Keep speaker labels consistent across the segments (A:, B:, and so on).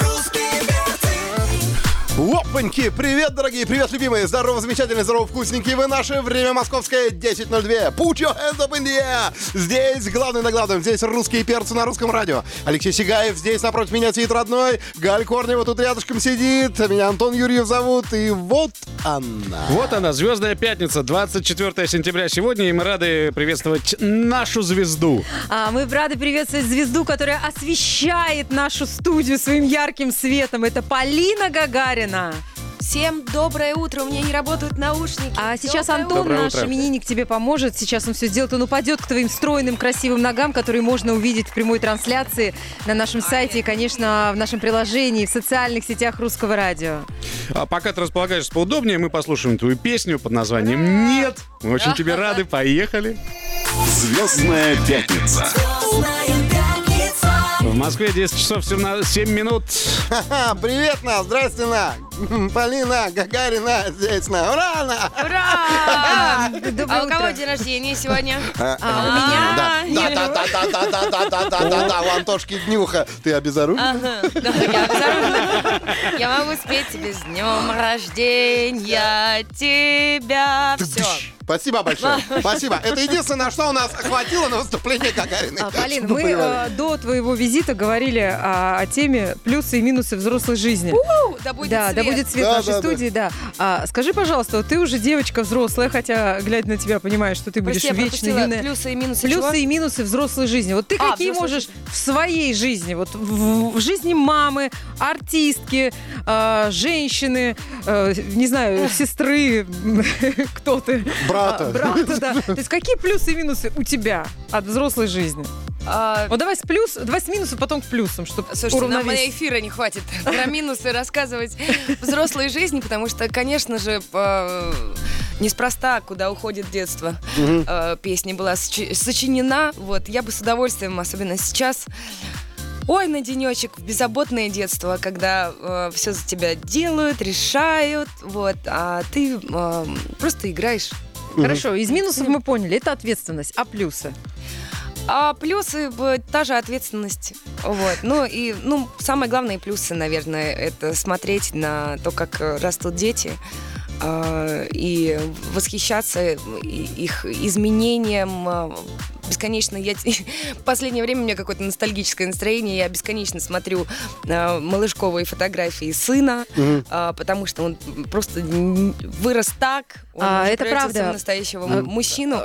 A: русские перцы,
B: Опаньки! Привет, дорогие! Привет, любимые! Здорово, замечательные! Здорово, вкусненькие! Вы наше время московское 10.02. Put your hands up in the air! Здесь главный на главном. Здесь русские перцы на русском радио. Алексей Сигаев здесь напротив меня сидит родной. Галь Корнева тут рядышком сидит. Меня Антон Юрьев зовут. И вот она.
C: Вот она, звездная пятница, 24 сентября сегодня, и мы рады приветствовать нашу звезду.
D: А, мы рады приветствовать звезду, которая освещает нашу студию своим ярким светом. Это Полина Гагарина.
E: Всем доброе утро, у меня не работают наушники.
D: А сейчас
E: Доброе
D: Антон,
C: Доброе
D: наш
C: утро.
D: именинник, тебе поможет. Сейчас он все сделает. Он упадет к твоим стройным, красивым ногам, которые можно увидеть в прямой трансляции на нашем сайте и, конечно, в нашем приложении, в социальных сетях Русского радио.
C: А пока ты располагаешься поудобнее, мы послушаем твою песню под названием «Нет». Мы очень тебе рады, поехали.
F: Звездная пятница.
A: знает пятница.
C: В Москве 10 часов 17, 7 минут.
B: Ха-ха, Привет, на! Здрасте, на! Полина Гагарина здесь, на! Ура, на!
E: Ура!
D: Доброе
E: А у кого
D: утро.
E: день рождения сегодня?
D: А, у
B: Да,
D: меня
E: А,
B: да, да, да, да, да, да, да, да, да, да, да, у Антошки днюха. Ты обезоружен?
E: Ага, да, я абсолютно. Я могу спеть тебе с днем рождения тебя. Все.
B: Спасибо большое. Спасибо. Это единственное, на что у нас хватило на выступление Гагариной.
D: А, Полин,
B: Чтобы
D: мы
B: понимали.
D: э, до твоего визита говорили а, о теме плюсы и минусы взрослой жизни.
E: Да будет
D: да, да
E: свет.
D: будет свет
B: Да,
D: в нашей
B: да, да.
D: студии, да. А, скажи, пожалуйста, вот ты уже девочка взрослая, хотя, глядя на тебя, понимаешь, что ты будешь
E: Прости, я
D: вечно
E: пропустила
D: юная.
E: плюсы и минусы.
D: Плюсы
E: чего?
D: и минусы взрослой жизни. Вот ты
E: А,
D: какие
E: взрослой
D: можешь в своей жизни, вот в, в жизни мамы, артистки, э, женщины, э, не знаю, сестры, кто ты?
E: э,
B: Брата.
D: А, брата, да. То есть какие плюсы и минусы у тебя от взрослой жизни?
E: А,
D: Вот давай с плюс, давай с минусов, потом к плюсам, чтобы
E: Слушайте, нам на эфира не хватит про минусы рассказывать взрослой жизни, потому что, конечно же, э, неспроста, куда уходит детство. э, Песня была сочи- сочинена, вот, я бы с удовольствием, особенно сейчас, Ой, на денечек, в беззаботное детство, когда все за тебя делают, решают, вот, а ты э, просто играешь.
D: Хорошо, из минусов мы поняли, это ответственность, а плюсы?
E: А плюсы б, та же ответственность. Вот. Ну и ну, самые главные плюсы, наверное, это смотреть на то, как э, растут дети а, и восхищаться и- их изменением. а, Бесконечно я те- в последнее время у меня какое-то ностальгическое настроение. Я бесконечно смотрю а, малышковые фотографии сына, а, потому что он просто н- вырос так. Он
D: А,
E: уже
D: это
E: превратился
D: правда. А,
E: в настоящего м- мужчину.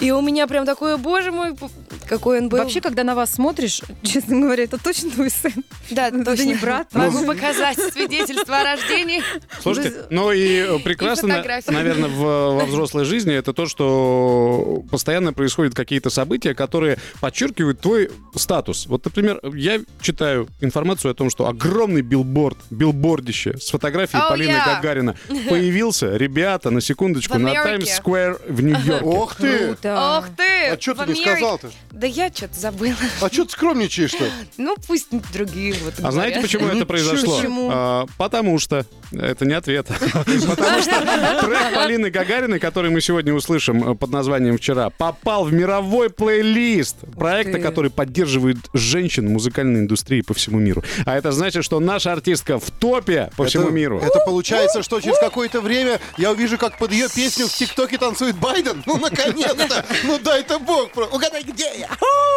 E: И у меня прям такое, боже мой, п- какой он был.
D: Вообще, когда на вас смотришь, честно говоря, это точно твой сын.
E: да,
D: это не брат.
E: Могу показать свидетельство о рождении.
C: Слушайте, ну и э, прекрасно,
E: И
C: на-
E: фотографии.
C: наверное, в- во взрослой жизни это то, что постоянно происходят какие-то события, которые подчеркивают твой статус. Вот, например, я читаю информацию о том, что огромный билборд, билбордище с фотографией
E: Oh,
C: Полины
E: yeah.
C: Гагарина появился, ребята, на секундочку,
E: В
C: на
E: Америке.
C: Times Square в Нью-Йорке.
B: Ох Э, ты!
D: Круто.
E: Ох ты!
B: А что
E: в
B: ты не
E: Америке.
B: сказал-то?
E: Да я что-то забыла.
B: А что ты скромничаешь-то?
E: Ну, пусть другие вот
C: А знаете,
E: говорят.
C: почему это
B: Ничего
C: произошло?
D: себе.
C: А, потому что... Это не ответ. Потому что трек Полины Гагариной, который мы сегодня услышим э, под названием «Вчера», попал в мировой плейлист проекта,
D: ты.
C: который поддерживает женщин музыкальной индустрии по всему миру. А это значит, что наша артистка в топе по всему
B: Это-
C: миру.
B: Это получается, что через какое-то время я увижу, как под ее песню в ТикТоке танцует Байден. Ну, наконец-то! Ну, дай-то бог! Про- Угадай, где я?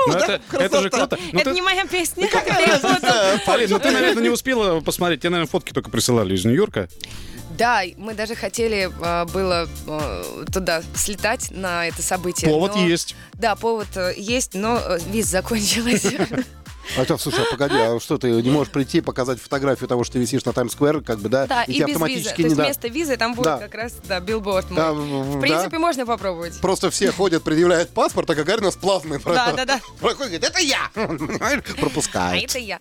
C: Ну,
B: да,
C: это, это же
B: красота.
C: круто. Ну,
E: Это
C: ты-
E: не моя песня. Перепутал.
C: Полин, ну ты, наверное, не успела посмотреть. Тебе, наверное, фотки только присылали из Нью-Йорка.
E: Да, и мы даже хотели а, было а, туда слетать на это событие.
C: Повод
E: но-
C: есть.
E: Да, повод э, есть, но э, виз закончилась.
B: А то, слушай, а погоди, а что ты не можешь прийти и показать фотографию того, что ты висишь на Таймс-сквер, как бы, да?
E: Да, и
B: тебе
E: без визы.
B: автоматически
E: То
B: не
E: есть
B: да.
E: вместо визы там будет
B: Да.
E: как раз да, билборд. мой.
B: Да,
E: В
B: в-
E: принципе,
B: да.
E: можно попробовать.
B: Просто все ходят, предъявляют паспорт, а Гагарина с платной
E: Да, да, да.
B: Проходит, говорит, это я! Понимаешь?
E: А
B: Пропускает.
E: это я.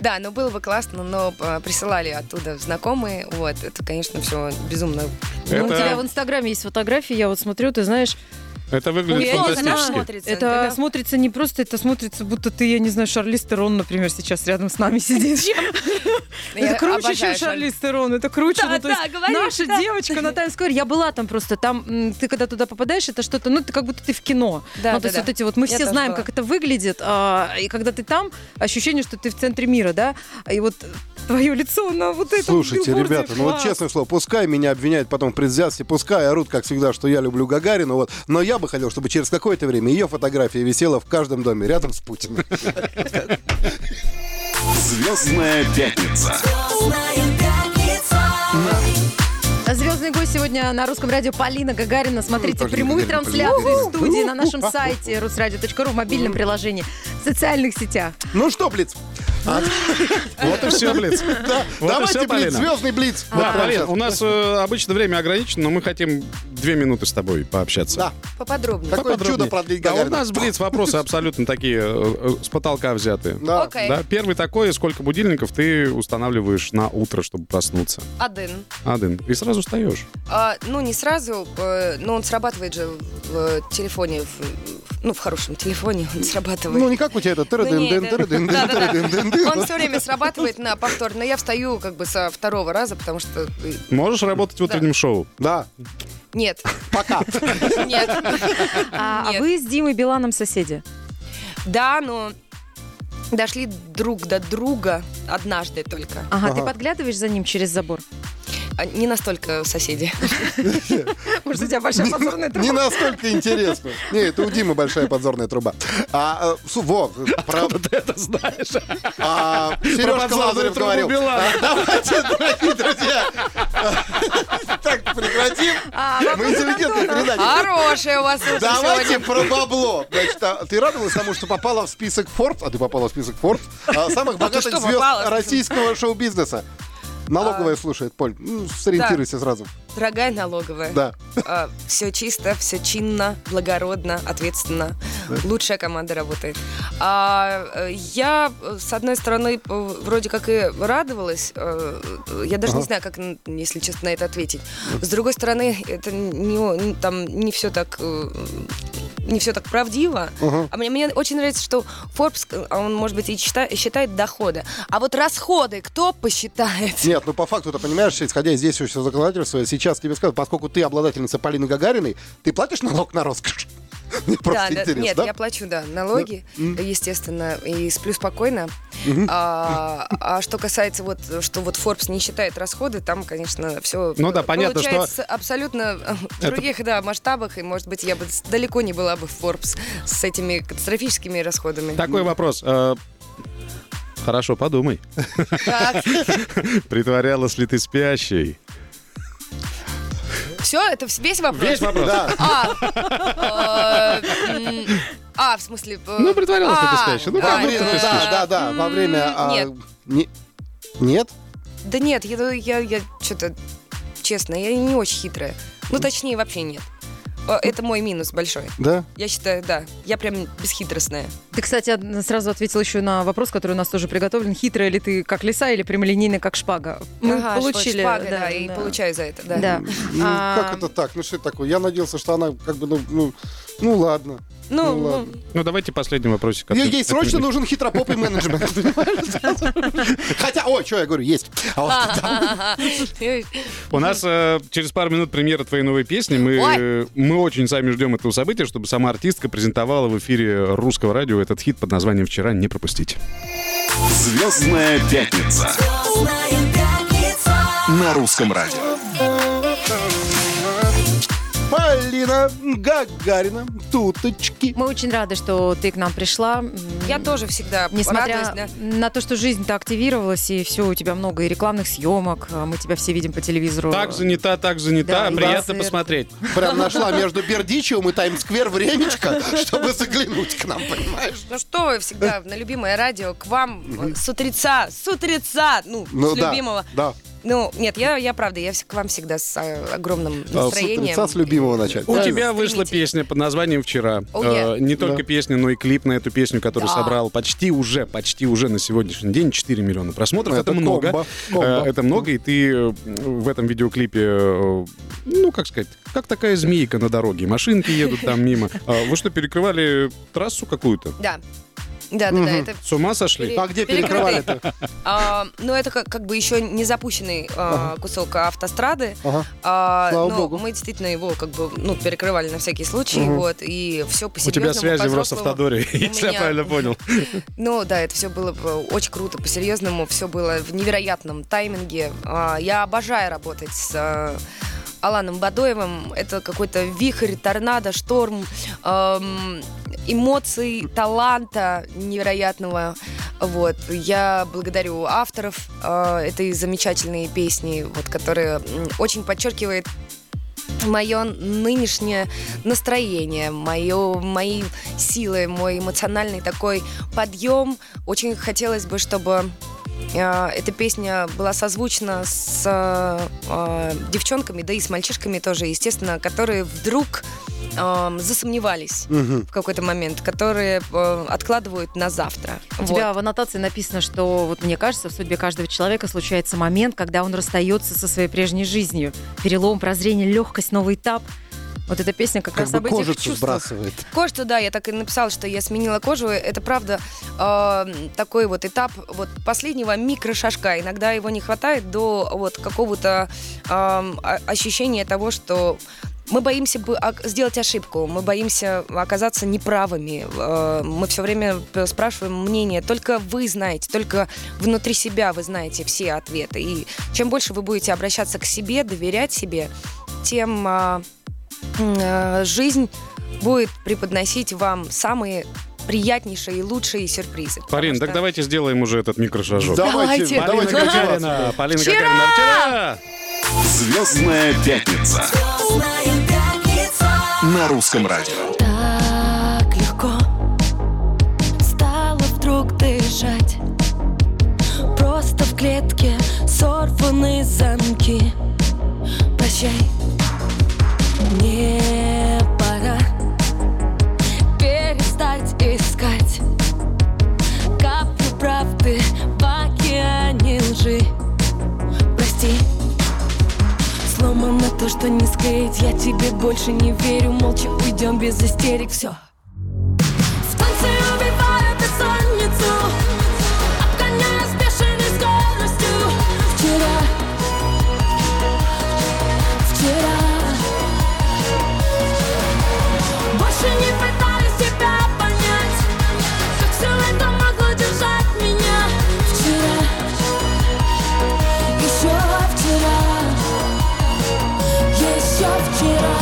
E: Да, ну было бы классно, но э, присылали оттуда знакомые. Вот, это, конечно, все безумно.
D: Ну, у тебя в
C: Это,
D: Инстаграме есть фотографии, я вот смотрю, ты знаешь,
C: Это выглядит
D: Я не знаю.
C: фантастически.
E: смотрится.
D: Это
E: Да.
D: смотрится не просто, это смотрится, будто ты, я не знаю, Шарлиз Терон, например, сейчас рядом с нами сидит. Это
E: Я
D: круче,
E: обожаю
D: чем
E: Шарль.
D: Шарлиз Терон, это круче.
E: Да,
D: ну, то есть
E: да, говоришь,
D: наша
E: да.
D: девочка на Таймс-сквер, я была там просто, там, м, ты когда туда попадаешь, это что-то, ну, ты как будто ты в кино.
E: Да,
D: ну,
E: да,
D: то есть
E: да.
D: вот эти вот, мы
E: Я
D: все
E: тоже
D: знаем,
E: была.
D: как это выглядит, а, и когда ты там, ощущение, что ты в центре мира, да, и вот твое лицо на вот этом
B: Слушайте,
D: билборде,
B: ребята, ну вот
D: класс.
B: честное слово, пускай меня обвиняют потом в предвзятости, пускай орут, как всегда, что я люблю Гагарину, вот, но я бы хотел, чтобы через какое-то время ее фотография висела в каждом доме рядом с Путиным.
F: Звездная пятница.
A: Звездная пятница.
D: Звездный гость сегодня на русском радио Полина Гагарина. Смотрите
B: тоже не
D: прямую
B: Гагарина,
D: трансляцию
B: Полина.
D: в студии на нашем сайте rusradio.ru в мобильном приложении, в социальных сетях.
B: Ну что, Блиц? А?
C: Вот и все, блин.
B: Да,
C: Вот и
B: давайте
C: всё,
B: Блиц,
C: Полина.
B: звездный Блиц.
C: Да,
B: Вот прямо
C: Полин,
B: сейчас.
C: у нас э, обычно время ограничено, но мы хотим две минуты с тобой пообщаться.
B: Да.
E: Поподробнее.
B: Какое
C: Подробнее.
B: чудо продлить
C: Да, у
B: Гагарина.
C: нас, блиц, вопросы абсолютно такие, э, э, с потолка взятые.
B: Да.
E: Окей.
C: Да, первый такой, сколько будильников ты устанавливаешь на утро, чтобы проснуться?
E: Один.
C: Один. И сразу встаешь.
E: А, ну, не сразу, э, но он срабатывает же в э, телефоне, в, в- ну, в хорошем телефоне он срабатывает.
B: Ну, не как у тебя это
E: Ну, не,
B: тыры-дын-дын,
E: это-
B: тыры-дын-дын,
E: Да-да-да.
B: тыры-дын-дын-дын.
E: Он все время срабатывает на повтор, но я встаю как бы со второго раза, потому что... э,
C: Можешь работать в утреннем шоу?
B: Да,
E: Нет,
B: пока.
E: нет.
D: А, а
E: Нет.
D: вы с Димой Биланом соседи.
E: Да, но дошли друг до друга однажды только.
D: Ага, ты
B: Ага.
D: подглядываешь за ним через забор?
E: А Не настолько соседи.
D: Может, у тебя большая подзорная
B: Не настолько интересно. Не, это у Димы большая подзорная труба. А, э, су- во, про,
C: Ты это знаешь.
B: а, Сережка
C: подзорную
B: Лазарев
C: трубу
B: говорил.
C: Билана.
B: А, Давайте, дорогие друзья, так прекратим.
E: А
B: Мы интеллигентная передача.
E: Хорошая у вас утро
B: Давайте
E: сегодня.
B: про бабло. Значит, а ты радовалась тому, что попала в список Форд, а ты попала в список Форд, а, самых богатых
E: что,
B: звезд
E: попала? А.
B: российского шоу-бизнеса. Налоговая слушает, Поль, ну, сориентируйся сразу.
E: Дорогая налоговая.
B: Да.
E: все Э, чисто, все чинно, благородно, ответственно. Лучшая команда работает. А, э, я, э, с одной стороны, э, вроде как и радовалась. э, э, Я даже не знаю, как, н- если честно, на это ответить. С другой стороны, это не, о- н- там, не все так э, не все так правдиво. А мне, мне очень нравится, что Forbes, э, а он, может быть, и чита- и считает доходы. А вот расходы кто посчитает?
B: Нет, ну по факту, ты понимаешь, исходя из действующего законодательства, сейчас тебе скажут, поскольку ты обладательница Полины Гагариной, ты платишь налог на роскошь? Мне просто
E: да, да,
B: интересно,
E: нет,
B: да?
E: я плачу, да, налоги, естественно, и сплю спокойно. А, а что касается вот, что вот Forbes не считает расходы, там, конечно, все
C: Ну да, понятно, что-
E: получается абсолютно э, в
C: Это-
E: других да, масштабах, и, может быть, я бы с- далеко не была бы в Forbes с этими катастрофическими расходами.
C: Такой вопрос. э, Хорошо, подумай. Притворялась ли ты спящей?
E: Все, это вс- весь вопрос?
C: Весь вопрос.
B: Да.
E: А, э, м, а, в смысле... э,
C: Ну, притворялась ли ты
E: а,
C: спящей? Ну,
E: да,
B: Во
C: как
B: время-
C: будто ты
E: да.
C: спишь.
B: Да, да, да, во время... а,
E: Нет.
B: не- Нет?
E: Да нет, я, я, что-то, честно, я не очень хитрая. Ну, точнее, вообще нет. О, Это мой минус большой.
B: Да?
E: Я считаю, да. Я прям бесхитростная.
D: Ты, кстати, од- сразу ответил еще на вопрос, который у нас тоже приготовлен. Хитрая ли ты, как лиса, или прямолинейная, как шпага? Мы
E: Ага,
D: получили...
E: шпага, да,
D: да,
E: и
D: да.
E: получаю за это, да.
D: Да.
B: Ну,
D: А,
B: как это так? Ну, что это такое? Я надеялся, что она как бы, ну, ну, ну, ладно.
E: Ну,
B: Ну, ладно.
C: Ну, давайте последний вопросик. от-
B: Ей, ей срочно
C: от меня.
B: нужен хитропопый менеджмент, понимаешь? Хотя, ой, что я говорю, есть. А вот
C: У нас э, через пару минут премьера твоей новой песни. Мы,
E: Ой.
C: э, мы очень сами ждем этого события, чтобы сама артистка презентовала в эфире русского радио этот хит под названием «Вчера не пропустить».
F: Звездная пятница.
A: Звездная пятница.
F: На русском радио.
B: Полина Гагарина, туточки.
D: Мы очень рады, что ты к нам пришла. М,
E: Я тоже всегда
D: Несмотря
E: радуюсь, да.
D: на то, что жизнь-то активировалась, и все, у тебя много и рекламных съемок, а мы тебя все видим по телевизору.
C: Так занята, так занята.
D: Да, и
C: Приятно
D: концерт.
C: посмотреть.
B: Прям нашла между Бердичевым и Таймсквер времечко, чтобы заглянуть к нам, понимаешь?
E: Ну что вы всегда на любимое радио к вам э, с утреца, с утреца, ну,
B: Ну
E: с
B: да,
E: любимого.
B: да. А,
E: Ну, нет, я, я правда, я вс- к вам всегда с э, огромным настроением.
B: Лица с любимого начать.
C: У
B: правильно?
C: тебя вышла
E: Стремитесь.
C: песня под названием «Вчера».
E: Oh, yeah.
C: Э, Не только
B: Да.
C: песня, но и клип на эту песню, который
E: Да.
C: собрал почти уже, почти уже на сегодняшний день 4 миллиона просмотров. Это,
B: Это
C: много.
B: комбо, комбо.
C: Э, Это много, и ты э, в этом видеоклипе, э, ну, как сказать, как такая змейка на дороге. Машинки едут там мимо. А Вы что, перекрывали трассу какую-то?
E: Да. Да, да, да, это
C: С ума сошли?
E: Пере-
B: А где
E: перекрытый.
B: перекрывали-то?
E: А, ну, это как, как бы еще не запущенный а, кусок автострады.
B: Ага.
E: А,
B: Слава
E: но
B: богу.
E: мы действительно его как бы ну, перекрывали на всякий случай. Вот, и все по
C: У тебя связи в Росавтодоре, если я
E: меня-
C: правильно понял.
E: Ну да, это все было бы очень круто, по-серьезному, все было в невероятном тайминге. А, Я обожаю работать с э, Аланом Бадоевым. Это какой-то вихрь, торнадо, шторм, эм, эмоций, таланта невероятного. Вот. Я благодарю авторов э, этой замечательной песни, вот, которая м, очень подчеркивает мое нынешнее настроение, мое, мои силы, мой эмоциональный такой подъем. Очень хотелось бы, чтобы э, эта песня была созвучна с э, э, девчонками, да и с мальчишками тоже, естественно, которые вдруг эм, засомневались в какой-то момент, которые э, откладывают на завтра.
D: У тебя в аннотации написано, что, вот мне кажется, в судьбе каждого человека случается момент, когда он расстается со своей прежней жизнью. Перелом, прозрение, легкость, новый этап. Вот эта песня как,
B: Как
D: раз об
B: бы
D: этих
B: кожицу
D: чувствах.
B: сбрасывает.
E: Кожу, да, я так и написала, что я сменила кожу. Это правда э, такой вот этап вот последнего микрошажка. Иногда его не хватает до вот какого-то э, о- ощущения того, что мы боимся бы ок- сделать ошибку, мы боимся оказаться неправыми. Э, Мы все время п- спрашиваем мнение. Только вы знаете, только внутри себя вы знаете все ответы. И чем больше вы будете обращаться к себе, доверять себе, тем а, м, а, жизнь будет преподносить вам самые приятнейшие и лучшие сюрпризы. Потому
C: Парин,
E: что-
C: так давайте сделаем уже этот микрошажок.
B: Давайте, давайте.
D: Давайте.
C: Полина
B: мотивацию.
C: Гагарина, Полина Гагарина, вчера!
F: Звездная пятница
A: Звездная пятница.
F: на русском радио.
G: Так легко стало вдруг дышать Просто в клетке сорваны замки Прощай, мне пора перестать искать Каплю правды в океане лжи Прости, Сломано то, что не склеить Я тебе больше не верю Молча уйдем без истерик, все В танце убиваю бессонницу Обгоняя с бешеной скоростью Вчера Вчера Больше не пытаюсь тебя понять Как все это могло держать меня Вчера Еще вчера еще вчера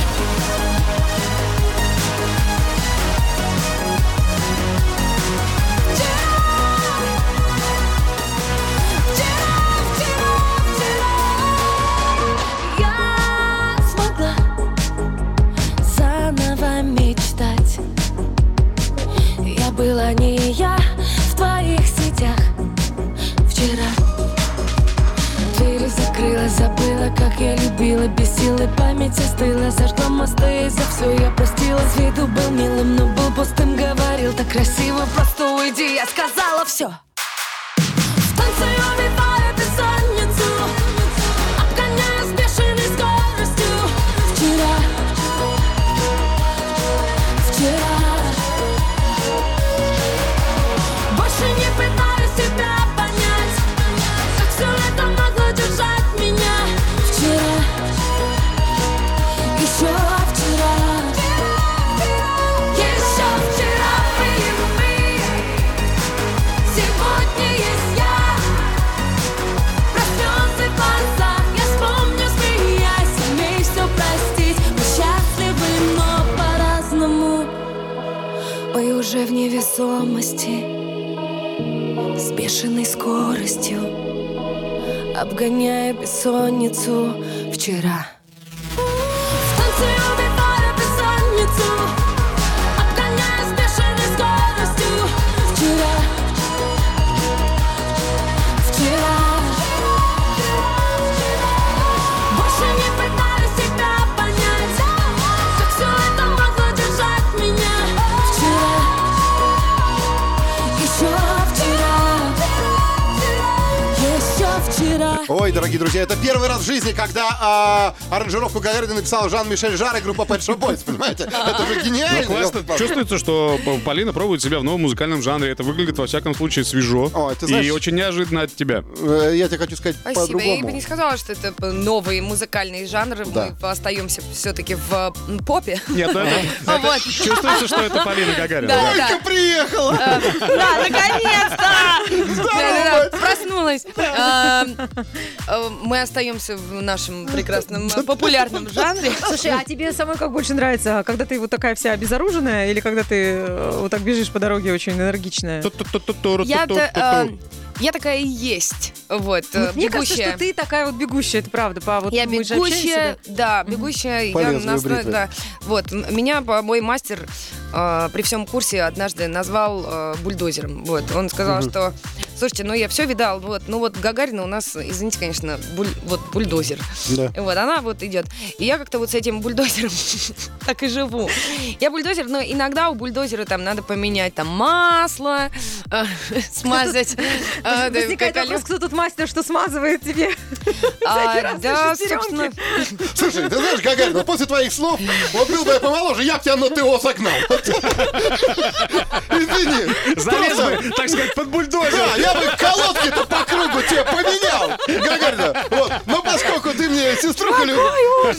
G: Я смогла заново мечтать Я была не я в твоих сетях вчера Двери закрыла, забыла, как я любила Без силы память остыла, зажгла мосты и За все я простила, с виду был милым Но был пустым, говорил так красиво Просто уйди, я сказала все В танце убиваю бессонницу Обгоняя с бешеной скоростью Вчера Вчера больше не пытаюсь себя понять Как все это могло держать меня Вчера Еще вчера Еще вчера были мы Сегодня есть я Проснется глаза Я вспомню, смеясь Умей все простить Мы счастливы, но по-разному Мы уже в невесомости с бешеной скоростью, обгоняя бессонницу вчера. В танце убивая бессонницу, обгоняя с бешеной скоростью вчера. Вчера,
B: Ой, дорогие друзья, это первый раз в жизни, когда а, аранжировку Гагарина написал Жан-Мишель Жар и группа Pet Shop Boys, понимаете? Это же гениально. ёлки-палки.
C: Чувствуется, что Полина пробует себя в новом музыкальном жанре. Это выглядит, во всяком случае, свежо.
B: О, ты знаешь-
C: И очень неожиданно от тебя.
B: Э, Я тебе хочу сказать
E: Спасибо. Я
B: по-другому.
E: бы не сказала, что это э, новый музыкальный жанр.
B: Да.
E: Мы остаемся все-таки в э, м, попе.
C: Нет, ну это-
E: А
C: это
E: вот.
C: чувствуется, что это Полина Гагарина. да.
E: Да.
B: Только приехала!
E: Да, наконец-то! Да-да-да, Проснулась. Эм, э, Мы остаемся в нашем прекрасном э, популярном жанре.
D: Слушай, а тебе самой как больше нравится? А Когда ты вот такая вся обезоруженная или когда ты э, вот так бежишь по дороге очень энергичная?
C: Ту-ту-ту-ту-ру,
E: Я, та- э,
C: ту-ту-ту-ту.
E: я такая и есть. Вот, э,
D: Мне кажется,
E: бегущая.
D: что ты такая вот бегущая, это правда, па. Вот
E: Я
D: мы же общаемся,
E: бегущая,
D: да.
E: да, бегущая.
B: По
E: я
B: лезвию
E: нас-
B: бритвы.
E: да. Вот, м- меня по- мой мастер э, при всем курсе однажды назвал э, бульдозером. Вот, он сказал, что, слушайте, ну я все видал, вот, ну вот Гагарина у нас, извините, конечно, буль- вот бульдозер.
B: Да.
E: Вот, она вот идет. И я как-то вот с этим бульдозером так и живу. Я бульдозер, но иногда у бульдозера там надо поменять там масло, э, смазать.
D: А,
E: э, да,
D: Возникает
E: как
D: вопрос, кто тут мастер, что смазывает тебе?
E: оли-
D: всякий
E: А,
D: раз
E: Да,
D: наши шестеренки.
E: собственно,
B: Слушай, ты знаешь, Гагарина, после твоих слов, вот был бы я помоложе, я бы тебя на ТО согнал. Извини.
C: Залез
B: Просто-
C: бы, так сказать, под бульдозер.
B: Да, я бы колодки-то по кругу тебе поменял, Гагарина. Вот. Но поскольку ты мне сеструху люб-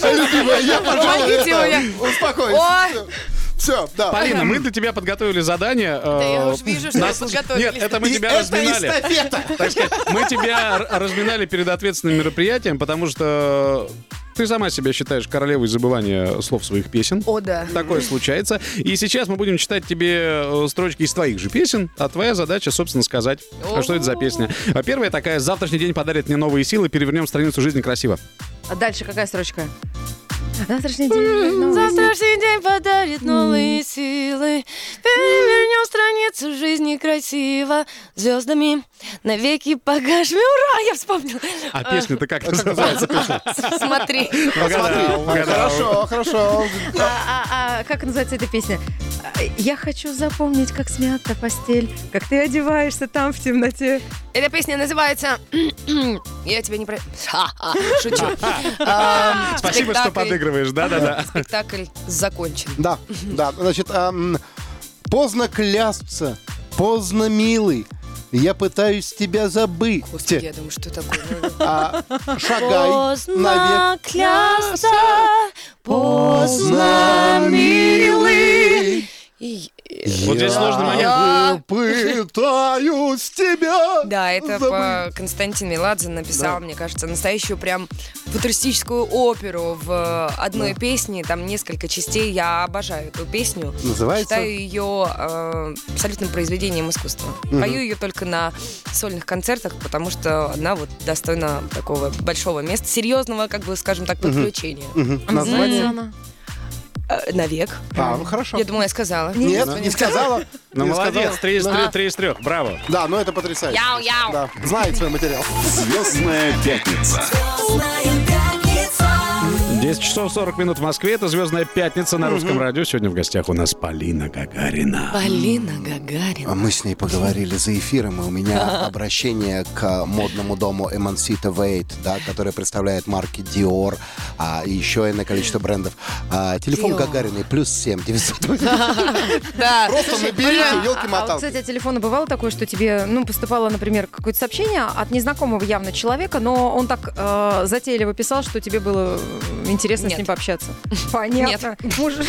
B: любимая, я, пожалуй,
E: Помогите
B: это,
E: мне.
B: успокоюсь.
E: Ой.
B: Все, да.
C: Полина, мы для тебя подготовили задание. Да
E: я уж вижу, что вы подготовились.
C: Нет, это мы
B: И
C: тебя
B: это
C: разминали.
B: эстафета.
C: Так сказать, мы тебя р- разминали перед ответственным мероприятием, потому что ты сама себя считаешь королевой забывания слов своих песен.
E: о да.
C: Такое случается. И сейчас мы будем читать тебе э, строчки из твоих же песен, а твоя задача, собственно, сказать, а что это за песня. А Первая такая «Завтрашний день подарит мне новые силы, перевернем страницу жизни красиво».
D: А дальше какая строчка? Завтрашний день. ну, новый
G: Завтрашний день подарит новые силы. Перевернем страницу жизни красиво. Звездами навеки погашми. Ура! Я вспомнила.
C: А песня-то как называется?
E: Э, Смотри.
C: Смотри,
B: Хорошо, хорошо.
D: А, а- а как называется эта песня? А, Я хочу запомнить, как смята постель, как ты одеваешься там в темноте.
E: Эта песня называется «Я тебя не про...» Ха-ха, Шучу. Эм,
C: Спасибо, что
E: спектакль-
C: подыгрываешь. Да-да-да.
E: Спектакль закончен.
B: Да, да, значит, ам, поздно клясться, поздно милый, я пытаюсь тебя забыть.
E: Господи, я думаю, что такое? Ну,
B: А, шагай навек.
G: Поздно клясться, поздно милый.
E: И- и-
C: Вот здесь сложный момент.
B: Я пытаюсь тебя
E: Да, это
B: забыть.
E: по- Константин Меладзе написал, мне кажется, настоящую прям футуристическую оперу в э, одной песне. Там несколько частей. Я обожаю эту песню.
B: Называется?
E: Считаю ее э, абсолютным произведением искусства. Пою ее только на сольных концертах, потому что она вот достойна такого большого места, серьезного, как бы, скажем так, подключения.
B: Мгм, Название?
E: Э, Навек.
B: А, ну хорошо.
E: Я думала, я сказала.
B: Нет, не сказала.
C: Ну,
B: Не
C: молодец,
B: сказала.
C: три из трех, три из трех, браво.
B: Да, но это потрясающе.
E: Яу-яу.
B: Да, знает свой материал.
F: Звездная пятница.
A: Звездная пятница.
C: 10 часов 40 минут в Москве. Это «Звездная пятница» на русском радио. Сегодня в гостях у нас Полина Гагарина.
E: Полина Гагарина.
B: А Мы с ней поговорили за эфиром, и у меня обращение к модному дому Emancita Wait, да, который представляет марки Dior, а и еще иное количество брендов. А, телефон
E: Dior.
B: Гагариной плюс 7 А.
E: Да.
B: Просто набери, елки
D: А вот, кстати, от телефона бывало такое, что тебе, ну, поступало, например, какое-то сообщение от незнакомого явно человека, но он так э, затейливо писал, что тебе было э, интересно
E: Нет.
D: с ним пообщаться. Понятно. Может,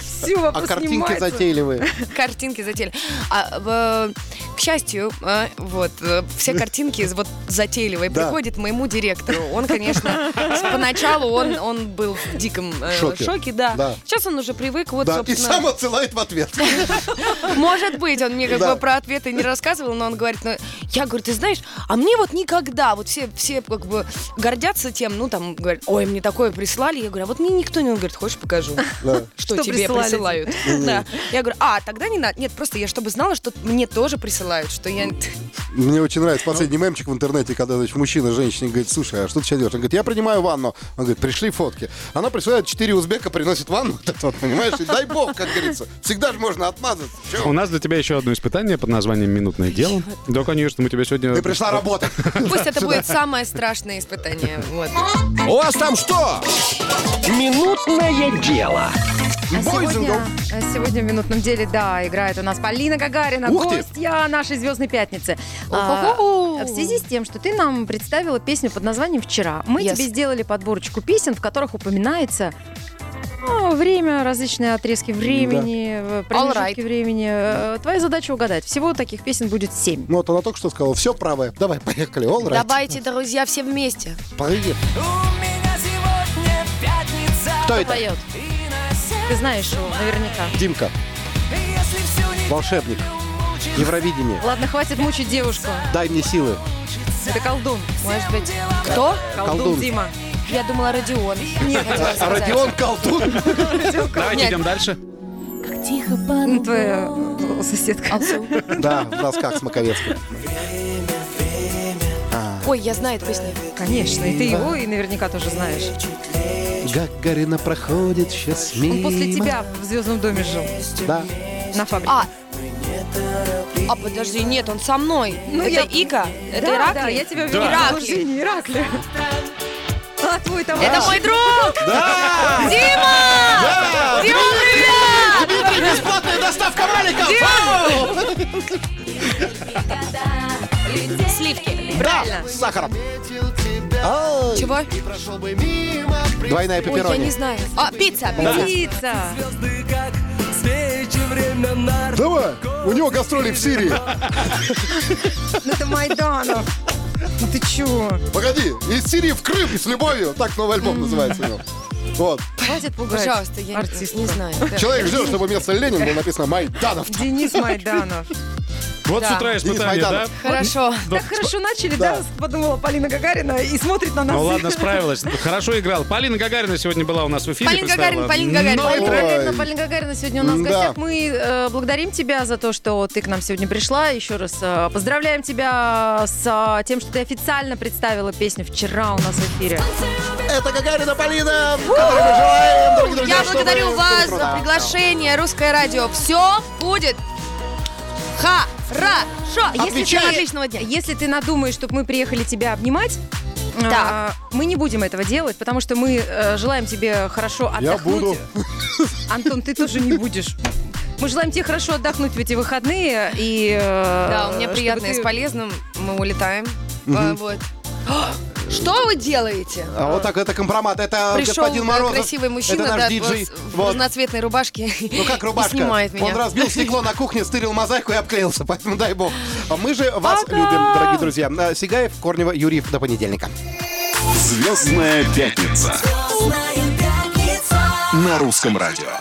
D: все,
B: А
D: вопрос
B: картинки
D: снимается.
B: затейливые.
E: картинки затели. А, в, э, к счастью, э, вот э, все картинки из- вот затейливые
B: Да.
E: приходят моему директору. Он, конечно, с- поначалу он он был в диком э,
B: Шоке.
E: шоке. да.
B: Да.
E: Сейчас он уже привык, вот
B: Да, и
E: собственно.
B: сам отсылает в ответ.
E: Может быть, он мне как
B: Да.
E: бы про ответы не рассказывал, но он говорит, ну, я говорю, ты знаешь, а мне вот никогда, вот все, все как бы гордятся тем, ну там говорят, ой, мне такое прислали, я говорю, а вот мне никто не, он говорит, хочешь покажу,
B: Да.
E: что
D: Что
E: тебе
D: присылали?
E: присылают. Да. Я говорю, а тогда не надо, нет, просто я чтобы знала, что мне тоже присылают, что я
B: Мне очень нравится последний мемчик в интернете, когда значит, мужчина женщине говорит, слушай, а что ты сейчас делаешь? Он говорит, я принимаю ванну. Он говорит, пришли фотки. Она присылает четыре узбека, приносит ванну, вот это вот, понимаешь? И дай бог, как говорится, всегда же можно отмазаться. Чё?
C: У нас для тебя еще одно испытание под названием «Минутное дело». Да, конечно, мы тебя сегодня...
B: Ты пришла работать.
E: Пусть это будет самое страшное испытание. Вот.
H: У вас там что?
I: Минутное дело.
D: А
B: Boys and
D: сегодня,
B: girls.
D: а сегодня в минутном деле, да, играет у нас Полина Гагарина,
B: Ух ты!
D: гостья нашей звездной пятницы.
E: О-хо-хо!
D: А, в связи с тем, что ты нам представила песню под названием «Вчера», мы
E: Yes.
D: тебе сделали подборочку песен, в которых упоминается ну, время, различные отрезки времени, э, промежутки
E: right.
D: времени. Э, Твоя задача угадать. Всего таких песен будет семь.
B: Ну вот она только что сказала, все правое. Давай, поехали. All right.
E: Давайте, друзья, все вместе.
B: Поехали. Кто это?
D: Поет. Ты знаешь его наверняка.
B: Димка. Волшебник. Евровидение.
D: Ладно, хватит мучить девушку.
B: Дай мне силы.
D: Это колдун. Может быть.
E: Кто?
D: Колдун,
B: Колдун.
D: Дима.
E: Я думала, Родион.
D: Нет,
B: А Родион Колдун.
C: Давайте
E: Нет.
C: идем дальше.
G: Как тихо
D: Ну,
G: падает
D: твоя э, соседка.
B: Да, в носках с Маковецким.
E: Ой, я знаю эту песню.
D: Конечно, и ты его, и наверняка тоже знаешь.
B: Гагарина проходит сейчас
D: Он
B: мимо.
D: после тебя в «Звездном доме» жил,
B: Да.
D: на фабрике.
E: А, а подожди, нет, он со мной.
D: Ну,
E: это
D: я-
E: Ика, это
D: да,
E: Иракли.
D: да, я тебя
E: Да.
D: вижу.
E: Иракли.
D: Слушай, Иракли. А, твой там.
E: Это мой друг! Дима! Дима, привет!
B: Бесплатная доставка валиков!
E: Сливки.
B: Да, с сахаром. Ай,
E: Чего?
B: Двойная
E: Ой, я не
B: пепперони.
E: знаю. А, пицца, пицца.
D: Птица.
B: Давай, у него гастроли в Сирии.
D: Ну, это Майданов. Ну ты чего?
B: Погоди, из Сирии в Крым с любовью. Так новый альбом называется у него. Вот.
D: Хватит пугать.
E: Пожалуйста, я
D: Артист.
E: не знаю. да.
B: Человек ждет, чтобы вместо Ленин было написано Майданов.
D: Денис Майданов.
C: Вот с
E: Да.
C: утра испытание, да?
B: Майданов.
E: Хорошо.
D: Так хорошо начали,
B: Да.
D: да? Подумала Полина Гагарина и смотрит на нас.
C: Ну ладно, справилась. Хорошо играл. Полина Гагарина сегодня была у нас в эфире.
E: Полина
C: представила
E: Гагарина,
C: Ну,
E: Полина Гагарина.
C: новый
D: Полина
B: Ой.
C: трек.
D: Гагарина, Полина Гагарина сегодня у нас в
B: Да.
D: гостях. Мы э, благодарим тебя за то, что ты к нам сегодня пришла. Еще раз э, поздравляем тебя с э, тем, что ты официально представила песню вчера у нас в эфире.
B: Это Гагарина Полина, которой мы желаем, дорогие друзья,
E: Я
B: чтобы
E: благодарю
B: было
E: вас
B: круто.
E: за приглашение. Русское радио. Все будет хорошо.
D: Если
E: Если
D: ты-
E: отличного дня.
D: Если ты надумаешь, чтобы мы приехали тебя обнимать, э,
E: Так.
D: мы не будем этого делать, потому что мы э, желаем тебе хорошо отдохнуть.
B: буду.
D: Антон, ты тоже не будешь. Мы желаем тебе хорошо отдохнуть в эти выходные и.
E: Да, у
D: э,
E: меня приятное с полезным. Мы улетаем. А, Вот. Что вы делаете?
B: А вот так, это компромат, это
E: Пришел
B: господин
E: да,
B: Морозов.
E: красивый мужчина,
B: это наш
E: да,
B: диджей.
E: в, в
B: Вот.
E: разноцветной рубашке.
B: Ну как рубашка?
E: И снимает меня.
B: Он разбил стекло на кухне, стырил мозаику и обклеился, поэтому дай бог. А мы же вас любим, дорогие друзья. А, Сигаев, Корнева, Юрьев. До понедельника.
F: Звездная пятница
A: Звездная пятница.
F: на русском радио.